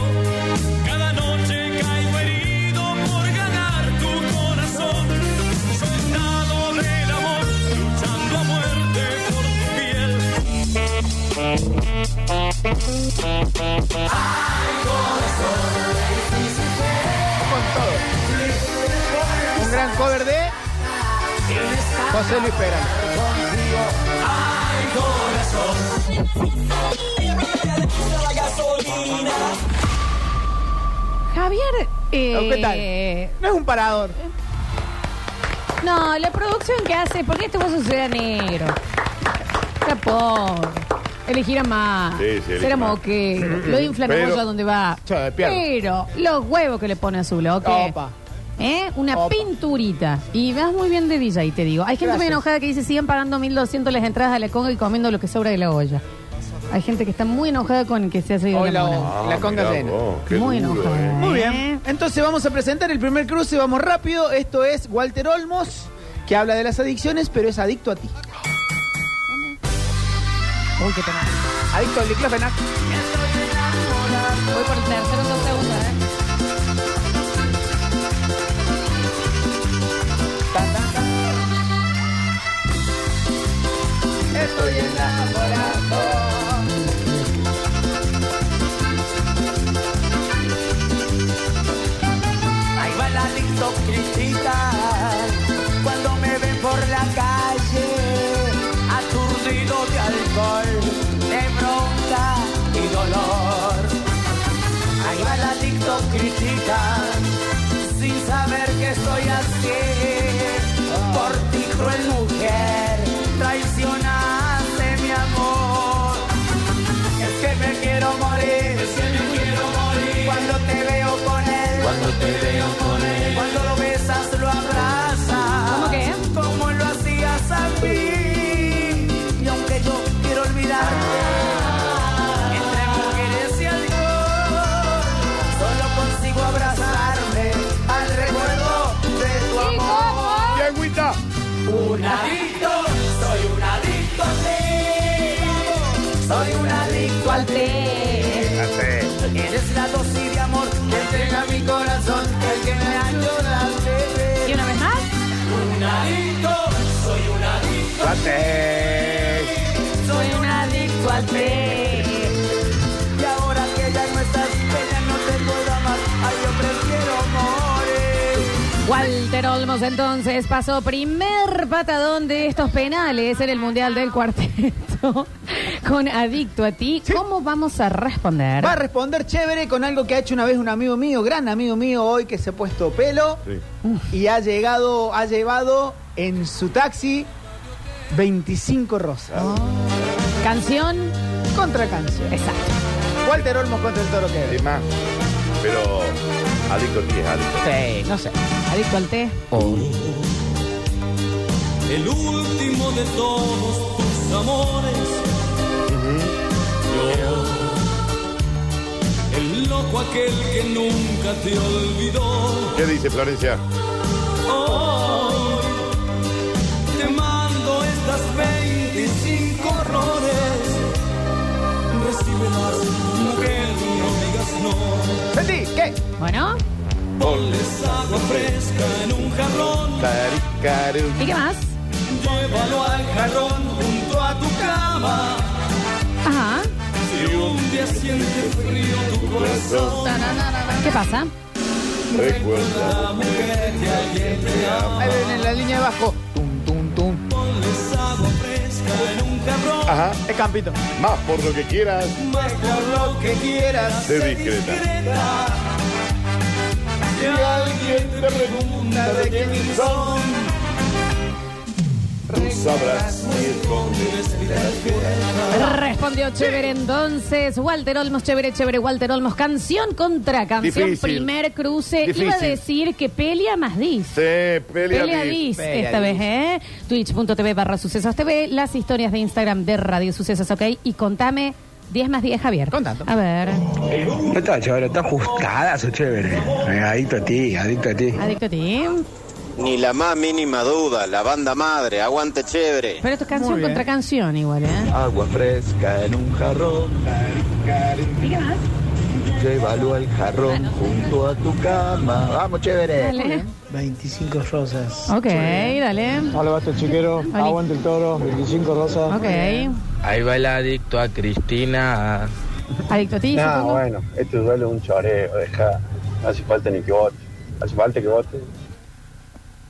[SPEAKER 5] cada noche caigo herido por ganar tu corazón. Soldado del amor, luchando a muerte por tu piel. Ay, corazón,
[SPEAKER 2] Un gran cover de José Luis Pera.
[SPEAKER 5] ay, corazón. La gasolina.
[SPEAKER 1] Javier. eh,
[SPEAKER 2] ¿Qué tal? No es un parador.
[SPEAKER 1] No, la producción que hace, porque esto va a suceder a negro. Era pobre. Elegir a más.
[SPEAKER 3] Sí, sí, elige
[SPEAKER 1] Será
[SPEAKER 3] más.
[SPEAKER 1] moquero. Lo inflan a
[SPEAKER 3] Pero-
[SPEAKER 1] bollo a donde va. Pero los huevos que le pone a su bloque.
[SPEAKER 2] Opa.
[SPEAKER 1] ¿Eh? Una pinturita. Y vas muy bien de DJ, te digo. Hay gente muy
[SPEAKER 2] Gracias.
[SPEAKER 1] enojada que dice, sigan pagando 1.200 las entradas a la conga y comiendo lo que sobra de la olla. Hay gente que está muy enojada con que se hace
[SPEAKER 2] Hoy la,
[SPEAKER 1] monada.
[SPEAKER 2] la conga
[SPEAKER 3] Ah, mirá
[SPEAKER 2] llena.
[SPEAKER 3] vos, qué
[SPEAKER 1] Muy
[SPEAKER 3] duro,
[SPEAKER 1] enojada.
[SPEAKER 3] eh.
[SPEAKER 2] Muy bien. Entonces vamos a presentar el primer cruce, vamos rápido. Esto es Walter Olmos, que habla de las adicciones, pero es adicto a ti. Uy, qué pena. Adicto al diclofenac.
[SPEAKER 1] Voy por el tercero en dos segundos, ¿eh?
[SPEAKER 5] Estoy enamorado. Ahí va la adicto Cristita, cuando me ven por la calle, aturdido de alcohol, de bronca y dolor. Ahí va la adicto
[SPEAKER 6] Un adicto, soy un adicto al té. Soy un adicto al té. Eres la dosis de amor que entrega mi corazón, el que me ayuda a beber.
[SPEAKER 1] ¿Y una vez más?
[SPEAKER 6] Un adicto, soy un adicto al té. Soy un adicto al té. Y ahora que ya no estás, que ya no te puedo amar, ay, yo prefiero morir.
[SPEAKER 1] Walter Olmos entonces pasó primer patadón de estos penales en el Mundial del Cuarteto con Adicto a ti. ¿Cómo vamos a responder?
[SPEAKER 2] Va a responder chévere con algo que ha hecho una vez un amigo mío, gran amigo mío hoy que se ha puesto pelo y ha llegado, ha llevado en su taxi 25 rosas.
[SPEAKER 1] Canción
[SPEAKER 2] contra canción.
[SPEAKER 1] Exacto.
[SPEAKER 2] Walter Olmos contra el toro que
[SPEAKER 3] más. Pero adicto aquí es adicto.
[SPEAKER 2] Sí, no sé.
[SPEAKER 1] Adicto al té.
[SPEAKER 5] El último de todos tus amores. Yo, el loco aquel que nunca te olvidó.
[SPEAKER 3] ¿Qué dice Florencia?
[SPEAKER 5] Hoy te mando estas 25 horrores. Recíbelas, mujer, no digas no.
[SPEAKER 2] Sentí, ¿qué?
[SPEAKER 1] Bueno,
[SPEAKER 5] Ponles agua fresca en un jarrón.
[SPEAKER 1] ¿y qué más?
[SPEAKER 5] Llévalo al jarrón junto a tu cama.
[SPEAKER 1] Ajá.
[SPEAKER 5] Si un día siente frío tu corazón,
[SPEAKER 1] ¿Qué pasa?
[SPEAKER 3] Recuerda.
[SPEAKER 5] mujer, que alguien te ama.
[SPEAKER 2] Ahí viene la línea de abajo. Tum, tum, tum.
[SPEAKER 5] Ponles agua fresca en un jarrón.
[SPEAKER 3] Ajá.
[SPEAKER 2] Es campito.
[SPEAKER 3] Más por lo que quieras,
[SPEAKER 5] Más por lo que quieras.
[SPEAKER 3] sé
[SPEAKER 5] sé
[SPEAKER 3] discreta.
[SPEAKER 5] discreta. Si alguien te pregunta de quién son,
[SPEAKER 3] Tú sabrás ir con
[SPEAKER 1] Respondió chévere entonces. Walter Olmos, chévere, chévere. Walter Olmos, canción contra canción.
[SPEAKER 3] Difícil.
[SPEAKER 1] Primer cruce. Iba a
[SPEAKER 3] Difícil.
[SPEAKER 1] decir que pelea más dice.
[SPEAKER 3] Se pelea.
[SPEAKER 1] Peleadís
[SPEAKER 2] Peleadís.
[SPEAKER 1] esta vez, ¿eh? Twitch.tv barra sucesos TV, las historias de Instagram de Radio Sucesos, ¿ok? Y contame 10 más 10, Javier.
[SPEAKER 2] Contando.
[SPEAKER 1] A ver,
[SPEAKER 4] No está chévere, está ajustada su chévere. Eh, Adicto a ti, adicto a ti.
[SPEAKER 1] adicto a ti.
[SPEAKER 17] Ni la más mínima duda, la banda madre, aguante chévere.
[SPEAKER 1] Pero esto es canción
[SPEAKER 2] Muy bien.
[SPEAKER 1] contra canción igual, ¿eh?
[SPEAKER 12] Agua fresca en un jarrón. Llévalo al jarrón junto a tu cama. Vamos, chévere.
[SPEAKER 1] Dale.
[SPEAKER 18] 25 rosas.
[SPEAKER 1] Ok, dale.
[SPEAKER 18] Hola, basta chiquero.
[SPEAKER 1] Oli.
[SPEAKER 18] Aguante el toro. 25 rosas.
[SPEAKER 1] Ok.
[SPEAKER 19] Ahí va el adicto a Cristina.
[SPEAKER 1] Adicto a ti,
[SPEAKER 20] No,
[SPEAKER 1] supongo.
[SPEAKER 20] bueno, esto duele un choreo, deja. No hace falta ni que vote. Hace falta que vote.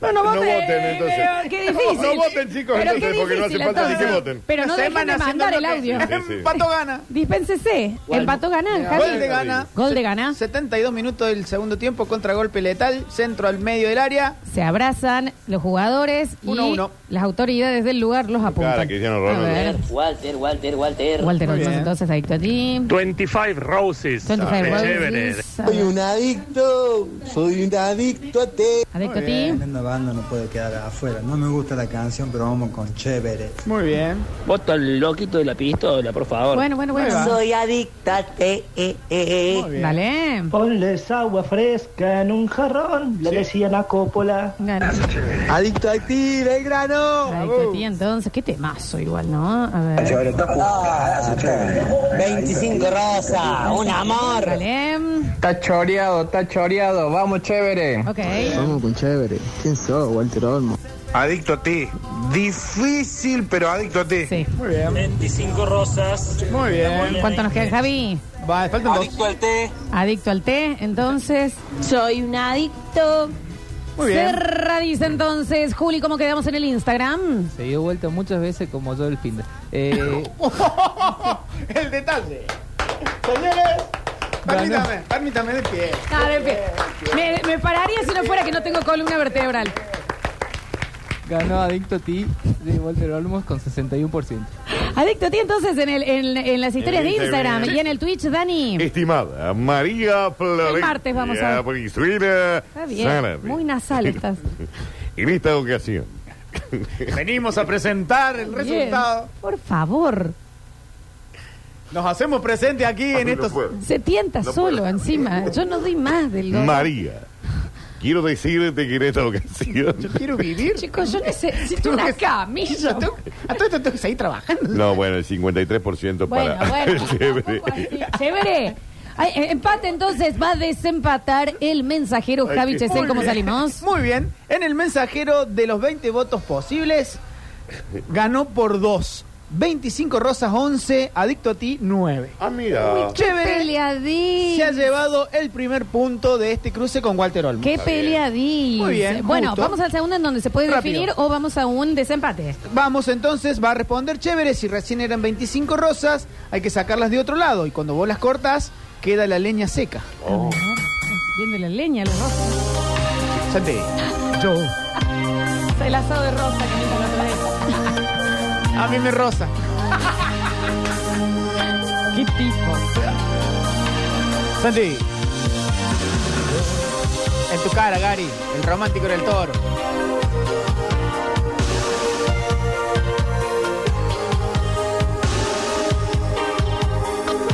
[SPEAKER 1] No, no voten, eh,
[SPEAKER 3] voten, entonces.
[SPEAKER 1] pero qué difícil.
[SPEAKER 3] No voten, chicos,
[SPEAKER 1] Pero
[SPEAKER 3] entonces,
[SPEAKER 1] qué
[SPEAKER 3] porque no hace
[SPEAKER 1] difícil,
[SPEAKER 3] falta ni que
[SPEAKER 1] entonces.
[SPEAKER 3] voten.
[SPEAKER 1] Pero no
[SPEAKER 2] Una
[SPEAKER 1] dejen
[SPEAKER 2] semana
[SPEAKER 1] de mandar el
[SPEAKER 2] haciendo
[SPEAKER 1] audio.
[SPEAKER 2] lo que-
[SPEAKER 3] Sí, sí.
[SPEAKER 2] Pato gana.
[SPEAKER 1] Dispénsese. Empató ganar,
[SPEAKER 2] Gol de
[SPEAKER 1] Javier.
[SPEAKER 2] gana.
[SPEAKER 1] Gol de gana.
[SPEAKER 2] 72 minutos del segundo tiempo, contragolpe letal, centro al medio del área.
[SPEAKER 1] Se abrazan los jugadores y
[SPEAKER 2] Uno a uno.
[SPEAKER 1] las autoridades del lugar los apuntan.
[SPEAKER 3] Cara, Cristiano
[SPEAKER 1] A
[SPEAKER 3] Ronaldo.
[SPEAKER 1] ver.
[SPEAKER 21] Walter, Walter, Walter.
[SPEAKER 1] Walter
[SPEAKER 2] Muy
[SPEAKER 1] Olmos,
[SPEAKER 2] bien.
[SPEAKER 1] entonces, adicto a ti.
[SPEAKER 11] 25 Roses. Ah,
[SPEAKER 1] 25
[SPEAKER 11] Qué
[SPEAKER 1] Roses.
[SPEAKER 11] chévere.
[SPEAKER 13] Soy un adicto, soy un adicto a ti.
[SPEAKER 1] Adicto a ti.
[SPEAKER 18] Tremenda banda no puede quedar afuera. No me gusta la canción, pero vamos con chévere.
[SPEAKER 2] Muy bien.
[SPEAKER 19] Voto al loquito de la pistola, por favor.
[SPEAKER 1] Bueno, bueno, bueno.
[SPEAKER 21] Soy adicta a te, eh, eh,
[SPEAKER 2] Muy
[SPEAKER 21] eh.
[SPEAKER 2] bien.
[SPEAKER 1] Dale.
[SPEAKER 18] Ponles agua fresca en un jarrón. Le decían a Coppola.
[SPEAKER 1] Dale.
[SPEAKER 18] Adicto a ti, Belgrano.
[SPEAKER 1] Adicto a ti, entonces. Qué temazo igual, ¿no? A
[SPEAKER 4] Está
[SPEAKER 1] ver.
[SPEAKER 4] chévere, está ajustada su chévere.
[SPEAKER 21] 25 rosas, un amor.
[SPEAKER 1] Dale.
[SPEAKER 10] Está choreado, está choreado. Vamos, chévere.
[SPEAKER 1] Ok.
[SPEAKER 18] Vamos con chévere. ¿Quién sos, Walter Olmo?
[SPEAKER 12] Adicto a ti. Difícil, pero adicto a ti.
[SPEAKER 1] Sí.
[SPEAKER 2] Muy bien.
[SPEAKER 5] 25 rosas.
[SPEAKER 2] Muy bien.
[SPEAKER 1] ¿Cuánto nos queda, Javi?
[SPEAKER 2] Va, faltan dos.
[SPEAKER 21] al té.
[SPEAKER 1] Adicto al té, entonces.
[SPEAKER 15] Soy un adicto.
[SPEAKER 2] Muy bien.
[SPEAKER 1] Cerra, dice entonces. Juli, ¿cómo quedamos en el Instagram?
[SPEAKER 10] Se dio vuelta muchas veces como yo el fin de. Eh,
[SPEAKER 2] El detalle. Señores, permítame, permítame de pie.
[SPEAKER 1] Ah, de pie. Me, me pararía si no fuera que no tengo columna vertebral.
[SPEAKER 10] ganó Adicto a ti de Walter Olmos con 61%.
[SPEAKER 1] Adicto a ti entonces en, el, en, en las historias
[SPEAKER 3] En
[SPEAKER 1] de Instagram
[SPEAKER 3] Instagram.
[SPEAKER 1] y en el Twitch, Dani.
[SPEAKER 3] Estimada María Florencia.
[SPEAKER 1] El martes vamos a ver.
[SPEAKER 3] Brizuela
[SPEAKER 1] Está bien,
[SPEAKER 3] Zárate.
[SPEAKER 1] muy nasal estás.
[SPEAKER 3] En esta ocasión.
[SPEAKER 2] Venimos a presentar el
[SPEAKER 1] Bien.
[SPEAKER 2] resultado.
[SPEAKER 1] Por favor,
[SPEAKER 2] Nos hacemos presentes aquí en
[SPEAKER 3] No
[SPEAKER 2] estos.
[SPEAKER 3] puedo.
[SPEAKER 1] se tienta
[SPEAKER 3] No
[SPEAKER 1] solo
[SPEAKER 3] puedo.
[SPEAKER 1] encima. Yo no doy más del gol.
[SPEAKER 3] María Quiero decirte que en esta ocasión.
[SPEAKER 2] Yo quiero vivir.
[SPEAKER 1] Chicos, yo necesito una camilla.
[SPEAKER 2] Tengo- A todo esto tengo que seguir trabajando.
[SPEAKER 3] No, bueno, el 53%
[SPEAKER 1] Bueno,
[SPEAKER 3] para
[SPEAKER 1] bueno,
[SPEAKER 3] Chévere.
[SPEAKER 1] Chévere. Ay, eh, empate entonces, va a desempatar el mensajero
[SPEAKER 2] Ay,
[SPEAKER 1] Javi
[SPEAKER 2] qué-
[SPEAKER 1] Chesel.
[SPEAKER 2] Muy
[SPEAKER 1] ¿Cómo
[SPEAKER 2] bien.
[SPEAKER 1] salimos?
[SPEAKER 2] Muy bien. En el mensajero de los 20 votos posibles, ganó por 2. 25 rosas, 11. Adicto a ti, 9.
[SPEAKER 3] Ah, mira.
[SPEAKER 2] Chévere.
[SPEAKER 1] Peleadín.
[SPEAKER 2] Se ha llevado el primer punto de este cruce con Walter Olmo.
[SPEAKER 1] Qué peleadín.
[SPEAKER 2] Muy bien,
[SPEAKER 1] Bueno,
[SPEAKER 2] justo.
[SPEAKER 1] vamos al segundo en donde se puede
[SPEAKER 2] Rápido.
[SPEAKER 1] definir o vamos a un desempate.
[SPEAKER 2] Vamos entonces, va a responder chévere. Si recién eran 25 rosas, hay que sacarlas de otro lado. Y cuando vos las cortas, queda la leña seca.
[SPEAKER 1] Viendo la leña, los rosas.
[SPEAKER 2] Santi, yo.
[SPEAKER 1] El asado de rosa que me la otra vez.
[SPEAKER 2] A mí me rosa.
[SPEAKER 1] Qué tipo.
[SPEAKER 2] Santi. En tu cara, Gary. El romántico era el toro.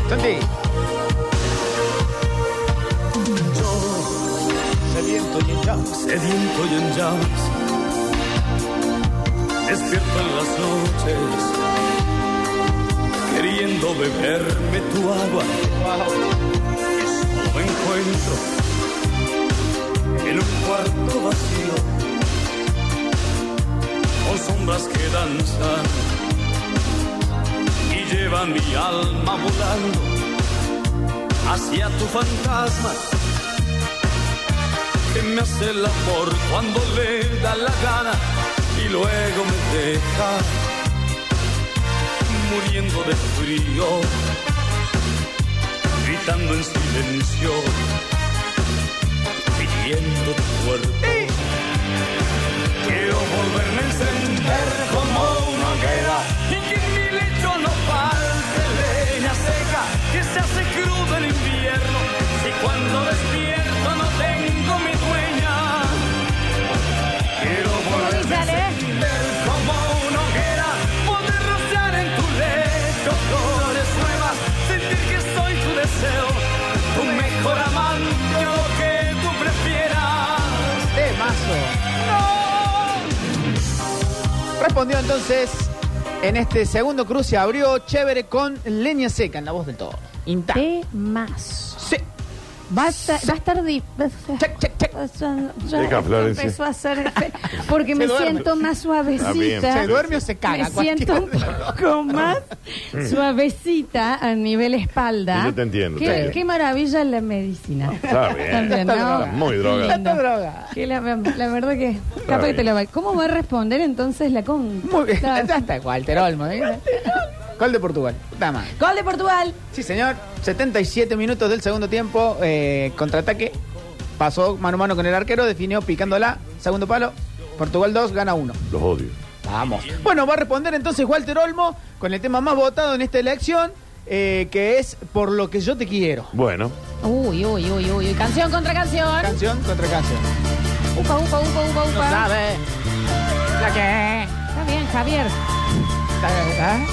[SPEAKER 2] Santi.
[SPEAKER 5] Sediento y en llamas. Sediento y en llamas. Despierto en las noches. Queriendo beberme tu agua. Y solo me encuentro en un cuarto vacío. Con sombras que danzan. Y llevan mi alma volando. Hacia tu fantasma que me hace el amor cuando le da la gana y luego me deja muriendo de frío, gritando en silencio, pidiendo tu cuerpo. Quiero volverme a encender como una hoguera y que en mi lecho no falte leña seca que se hace crudo el invierno si cuando despierto no tengo mi dueña. Quiero volverme a encender como una hoguera, poder rociar en tu lecho flores nuevas, sentir que soy tu deseo, tu mejor amante o lo que tú prefieras.
[SPEAKER 2] Respondió entonces en este segundo cruce. Abrió chévere con leña seca en la voz del toro. Intacto.
[SPEAKER 1] más.
[SPEAKER 2] Sí.
[SPEAKER 1] Va a, estar- va a estar di- Yo-
[SPEAKER 3] Deja, Florencia.
[SPEAKER 1] empezó a hacer este, porque
[SPEAKER 2] Se
[SPEAKER 1] me
[SPEAKER 2] duerme.
[SPEAKER 1] siento más
[SPEAKER 3] Ah, bien.
[SPEAKER 1] suavecita.
[SPEAKER 2] ¿Se duerme o se caga?
[SPEAKER 1] Me siento un poco más suavecita a nivel espalda.
[SPEAKER 3] Yo te entiendo, te
[SPEAKER 1] Qué,
[SPEAKER 3] entiendo.
[SPEAKER 1] qué maravilla es la medicina.
[SPEAKER 3] Está bien.
[SPEAKER 1] También,
[SPEAKER 3] Está
[SPEAKER 1] ¿no?
[SPEAKER 3] droga. Muy droga.
[SPEAKER 1] Lindo.
[SPEAKER 2] Está droga.
[SPEAKER 1] Que la, la verdad que. capaz que
[SPEAKER 3] bien.
[SPEAKER 1] te la va- ¿Cómo va a responder entonces la con?
[SPEAKER 2] Muy bien. Ya está Walter Olmo. ¿eh? Gol de Portugal. Dama.
[SPEAKER 1] Gol de Portugal.
[SPEAKER 2] Sí, señor. 77 minutos del segundo tiempo. eh, contraataque. Pasó mano a mano con el arquero. Definió picándola. Segundo palo. Portugal 2, gana 1.
[SPEAKER 3] Los odio.
[SPEAKER 2] Vamos. Bueno, va a responder entonces Walter Olmo con el tema más votado en esta elección, eh, que es Por lo que yo te quiero.
[SPEAKER 3] Bueno,
[SPEAKER 1] Uy, uy, uy, uy. uy. Canción contra canción.
[SPEAKER 2] Canción contra canción.
[SPEAKER 1] Upa, upa, upa, upa, upa.
[SPEAKER 2] No sabe. La que.
[SPEAKER 1] Está bien, Javier.
[SPEAKER 2] ¿Ah?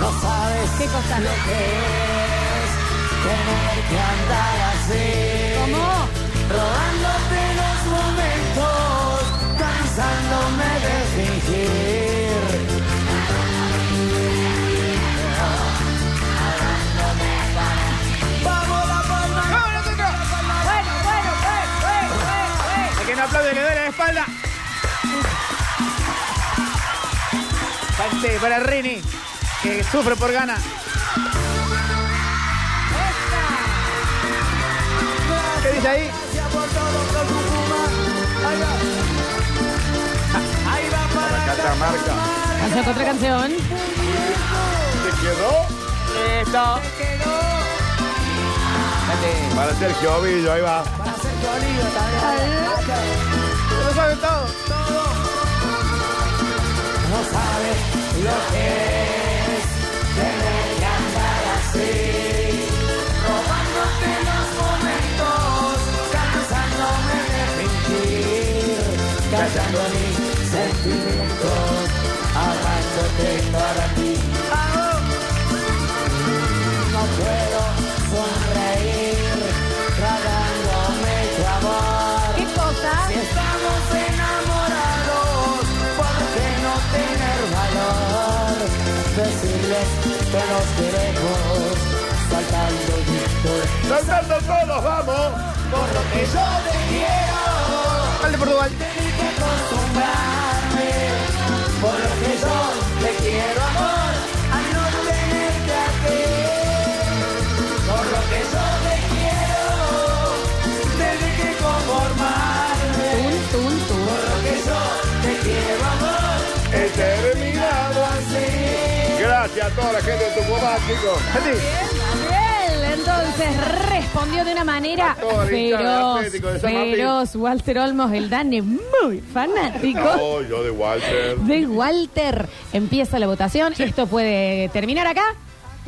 [SPEAKER 5] No sabes
[SPEAKER 1] ¿Qué cosa?
[SPEAKER 5] lo que es tener que andar así.
[SPEAKER 1] ¿Cómo?
[SPEAKER 5] Robándote los momentos, cansándome de fingir. Vamos la palma.
[SPEAKER 1] Bueno, bueno, bueno, bueno,
[SPEAKER 2] El que no aplaude le duele la espalda. Parte para Rini, que sufre por gana. ¿Qué dice ahí?
[SPEAKER 5] Gracias por todo que tú fumas. Ahí va. Ahí va para
[SPEAKER 3] Catamarca.
[SPEAKER 1] Canción contra canción.
[SPEAKER 3] ¿Te quedó?
[SPEAKER 2] Listo.
[SPEAKER 3] Para Sergio Ovillo, ahí va.
[SPEAKER 5] Para hacer tu olivo también.
[SPEAKER 2] Lo sabe todo.
[SPEAKER 5] No sabes lo que es tener que andar así, robándote los momentos, cansándome de fingir.
[SPEAKER 6] sentimientos, amándote para ti. No puedo sonreír, tragándome tu amor.
[SPEAKER 1] ¿Qué cosa?
[SPEAKER 6] Si estamos enamorados, ¿por qué no tener valor? Decirles que nos queremos, saltando discos.
[SPEAKER 3] Saltando todos, vamos.
[SPEAKER 6] Por lo que yo te quiero.
[SPEAKER 2] Dale, Portugal.
[SPEAKER 6] Tengo que acostumbrarme por lo que yo te quiero amor a no tenerte aquí por lo que yo te quiero desde que conformarme por lo que yo te quiero amor
[SPEAKER 3] He terminado
[SPEAKER 6] así
[SPEAKER 3] Gracias a toda la gente de Tucumán, chicos.
[SPEAKER 1] Él entonces respondió de una manera
[SPEAKER 3] todo el hinchada
[SPEAKER 1] feroz,
[SPEAKER 3] de Atlético de San Martín.
[SPEAKER 1] feroz. Walter Olmos, el Dane, muy fanático
[SPEAKER 3] No, yo de Walter.
[SPEAKER 1] de Walter. Empieza la votación. Esto puede terminar acá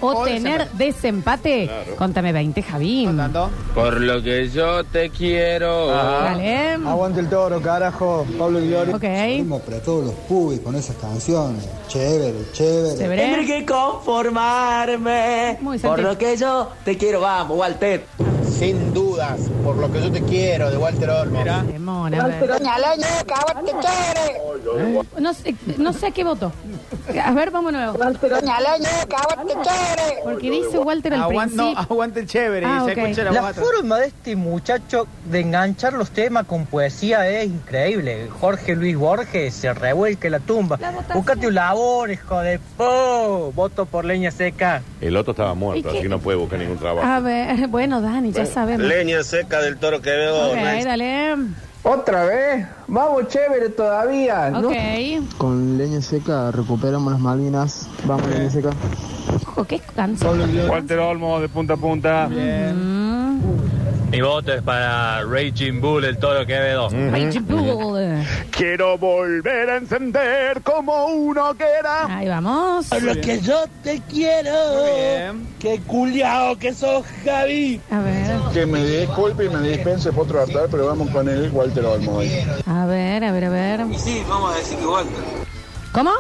[SPEAKER 1] o,
[SPEAKER 3] O
[SPEAKER 1] tener desempate.
[SPEAKER 19] Claro.
[SPEAKER 1] Contame 20, Javín.
[SPEAKER 19] Por lo que yo te quiero.
[SPEAKER 22] Ah.
[SPEAKER 1] Dale.
[SPEAKER 23] Aguante el toro, carajo. Pablo Gloria.
[SPEAKER 1] Ok.
[SPEAKER 23] para todos los pubis con esas canciones. Chévere, chévere.
[SPEAKER 1] Chévere.
[SPEAKER 21] que conformarme.
[SPEAKER 1] ¿Eh? Muy
[SPEAKER 21] Por
[SPEAKER 1] sencillo.
[SPEAKER 21] lo que yo te quiero, vamos, Walter.
[SPEAKER 12] Sin dudas, por lo que yo te quiero, de Walter Olmos.
[SPEAKER 1] Demona, a ver. No sé, no sé a qué voto. A ver, vamos de nuevo. Porque dice Walter al
[SPEAKER 2] Aguan- no,
[SPEAKER 1] principio.
[SPEAKER 2] aguante el chévere.
[SPEAKER 1] Ah,
[SPEAKER 2] y se
[SPEAKER 1] ok.
[SPEAKER 2] escucha la,
[SPEAKER 22] La
[SPEAKER 2] voz atrás.
[SPEAKER 22] forma de este muchacho de enganchar los temas con poesía es increíble. Jorge Luis Borges se revuelque la tumba. Buscate un labor, hijo de po. Voto por leña seca.
[SPEAKER 3] El otro estaba muerto,
[SPEAKER 1] ¿Y qué? Ah.
[SPEAKER 3] así que no puede buscar ningún trabajo.
[SPEAKER 1] A ver, bueno, Dani, ya sabemos.
[SPEAKER 20] Leña seca del toro que veo.
[SPEAKER 1] Ok, dale.
[SPEAKER 22] ¿Otra vez? Vamos, chévere todavía.
[SPEAKER 1] Ok.
[SPEAKER 22] Con leña seca recuperamos las Malvinas. Vamos, leña seca.
[SPEAKER 1] Ojo, qué canción.
[SPEAKER 11] Walter Olmo de punta a punta.
[SPEAKER 19] Mi voto es para Raging Bull, el toro Quevedo.
[SPEAKER 1] Raging Bull.
[SPEAKER 3] Quiero volver a encender como una hoguera.
[SPEAKER 1] Ahí vamos.
[SPEAKER 21] Por lo que yo te quiero. Qué culiao que sos, Javi.
[SPEAKER 1] A ver,
[SPEAKER 20] Que me disculpe y me dispense por tratar, pero vamos con el Walter Olmo hoy.
[SPEAKER 1] a ver, a ver, a ver.
[SPEAKER 14] sí, vamos a decir que Walter.
[SPEAKER 1] ¿Cómo?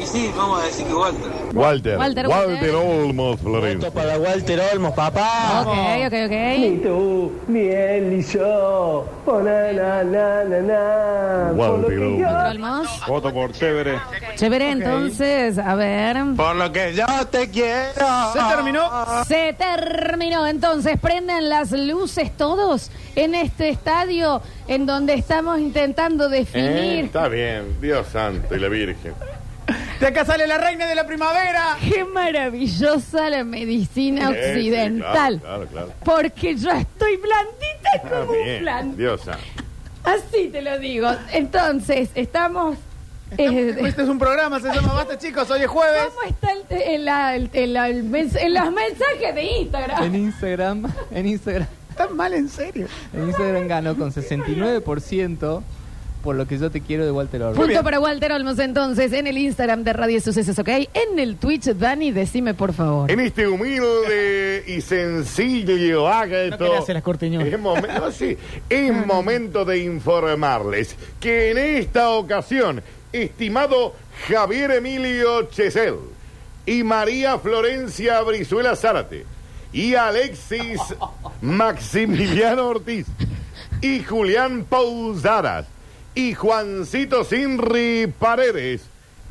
[SPEAKER 14] Y sí, vamos a decir que Walter.
[SPEAKER 3] Walter.
[SPEAKER 1] Walter,
[SPEAKER 3] Walter,
[SPEAKER 1] Walter.
[SPEAKER 3] Olmos, Florencia.
[SPEAKER 22] Para Walter Olmos, papá.
[SPEAKER 1] Ok, ok, ok.
[SPEAKER 18] tú, ni él ni yo. Oh, na, na, na, na, na. Por lo
[SPEAKER 3] Walter
[SPEAKER 18] que yo-
[SPEAKER 3] Olmos.
[SPEAKER 1] Olmos.
[SPEAKER 3] Voto por chévere.
[SPEAKER 1] Chévere, entonces, a ver.
[SPEAKER 20] Por lo que yo te quiero.
[SPEAKER 2] Se terminó.
[SPEAKER 1] Se terminó, entonces prenden las luces todos en este estadio en donde estamos intentando
[SPEAKER 3] Eh,
[SPEAKER 1] definir.
[SPEAKER 3] está bien, Dios santo y la Virgen.
[SPEAKER 2] De acá sale la reina de la primavera.
[SPEAKER 1] Qué maravillosa la medicina
[SPEAKER 3] Eh, sí,
[SPEAKER 1] occidental.
[SPEAKER 3] claro, claro, claro.
[SPEAKER 1] Porque yo estoy blandita
[SPEAKER 3] Ah,
[SPEAKER 1] como un
[SPEAKER 3] bien,
[SPEAKER 1] plan.
[SPEAKER 3] Dios santo.
[SPEAKER 1] Así te lo digo. Entonces, estamos. eh,
[SPEAKER 2] Este es un programa, se llama Basta, chicos. Hoy es jueves.
[SPEAKER 1] ¿Cómo está el, el- el- el- el mens- en los mensajes de
[SPEAKER 10] En
[SPEAKER 1] Instagram?
[SPEAKER 10] Instagram, en Instagram,
[SPEAKER 2] Estás mal, en serio.
[SPEAKER 10] en Instagram ganó con 69% por lo que yo te quiero de Walter Orbe.
[SPEAKER 1] Punto para Walter Olmos entonces en el Instagram de Radio Sucesos, ¿ok? En el Twitch, Dani, decime por favor.
[SPEAKER 3] En este humilde y sencillo hágito.
[SPEAKER 24] No querés hacer las Ah. cortiñolas.
[SPEAKER 3] Es, momen- no, sí. Es momento de informarles que en esta ocasión, estimado Javier Emilio Chesel y María Florencia Brizuela Zárate y Alexis Maximiliano Ortiz y Julián Pousaras y Juancito Sinri Paredes,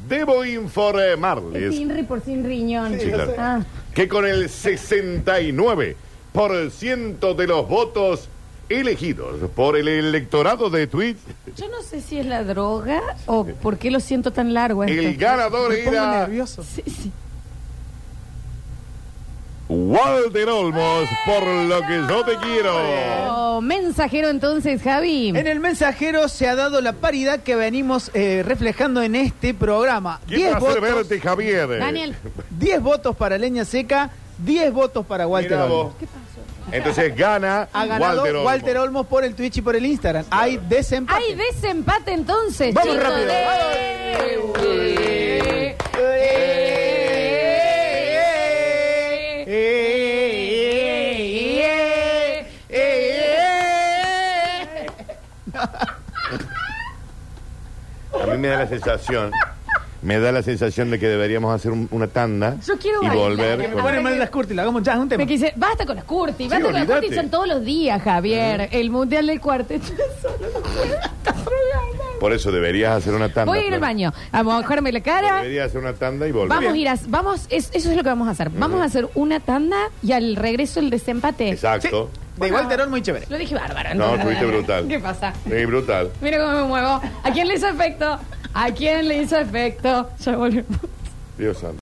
[SPEAKER 3] debo informarles
[SPEAKER 1] Sinri por sin riñón.
[SPEAKER 3] Sí, claro.
[SPEAKER 1] Ah,
[SPEAKER 3] que con el 69% de los votos elegidos por el electorado de Twitch,
[SPEAKER 1] yo no sé si es la droga o por qué lo siento tan largo. esto.
[SPEAKER 3] el ganador
[SPEAKER 2] Me pongo
[SPEAKER 3] era
[SPEAKER 2] nervioso.
[SPEAKER 1] Sí, sí.
[SPEAKER 3] Walter Olmos,
[SPEAKER 1] ¡Eh!
[SPEAKER 3] por lo que yo te quiero.
[SPEAKER 1] Oh, mensajero entonces, Javi.
[SPEAKER 2] En el mensajero se ha dado la paridad que venimos eh, reflejando en este programa.
[SPEAKER 3] ¿Quién
[SPEAKER 2] 10
[SPEAKER 3] va a hacer
[SPEAKER 2] votos,
[SPEAKER 3] verte, Javier?
[SPEAKER 1] Daniel.
[SPEAKER 2] 10 votos para Leña Seca, 10 votos para Walter
[SPEAKER 3] Mirá
[SPEAKER 2] Olmos.
[SPEAKER 3] vos. Entonces gana
[SPEAKER 2] Ha ganado
[SPEAKER 3] Walter
[SPEAKER 2] Walter
[SPEAKER 3] Olmos.
[SPEAKER 2] Olmos. por el Twitch y por el Instagram. Hay desempate.
[SPEAKER 1] Hay desempate entonces.
[SPEAKER 2] Vamos
[SPEAKER 1] chicos,
[SPEAKER 2] rápido.
[SPEAKER 1] de-
[SPEAKER 3] A mí mí me da la sensación. Me da la sensación de que deberíamos hacer un- una tanda
[SPEAKER 1] Yo quiero
[SPEAKER 3] y
[SPEAKER 1] bailar.
[SPEAKER 3] volver.
[SPEAKER 1] Que me
[SPEAKER 3] con-
[SPEAKER 1] pone mal
[SPEAKER 2] las curtis, hagamos ya, un
[SPEAKER 1] Me quise, basta con las curtis, basta con las
[SPEAKER 3] olvídate. Eh.
[SPEAKER 1] curtis, son todos los días, Javier. El mundial del cuarteto es solo los jueves.
[SPEAKER 3] Por eso deberías hacer una tanda.
[SPEAKER 1] Voy a ir al
[SPEAKER 3] Flor.
[SPEAKER 1] baño, a mojarme la cara.
[SPEAKER 3] Deberías hacer una tanda y volver.
[SPEAKER 1] Vamos a ir a, vamos, es- eso es lo que vamos a hacer.
[SPEAKER 3] Mm.
[SPEAKER 1] Vamos a hacer una tanda y al regreso el desempate.
[SPEAKER 3] Exacto.
[SPEAKER 2] De igual terror muy chévere.
[SPEAKER 1] Lo dije bárbaro.
[SPEAKER 3] No,
[SPEAKER 1] entonces.
[SPEAKER 3] estuviste brutal.
[SPEAKER 1] ¿Qué pasa?
[SPEAKER 3] Sí, brutal.
[SPEAKER 1] Mira cómo me muevo. ¿A quién le hizo efecto? ¿A quién le hizo efecto? Ya volvemos.
[SPEAKER 3] Dios santo.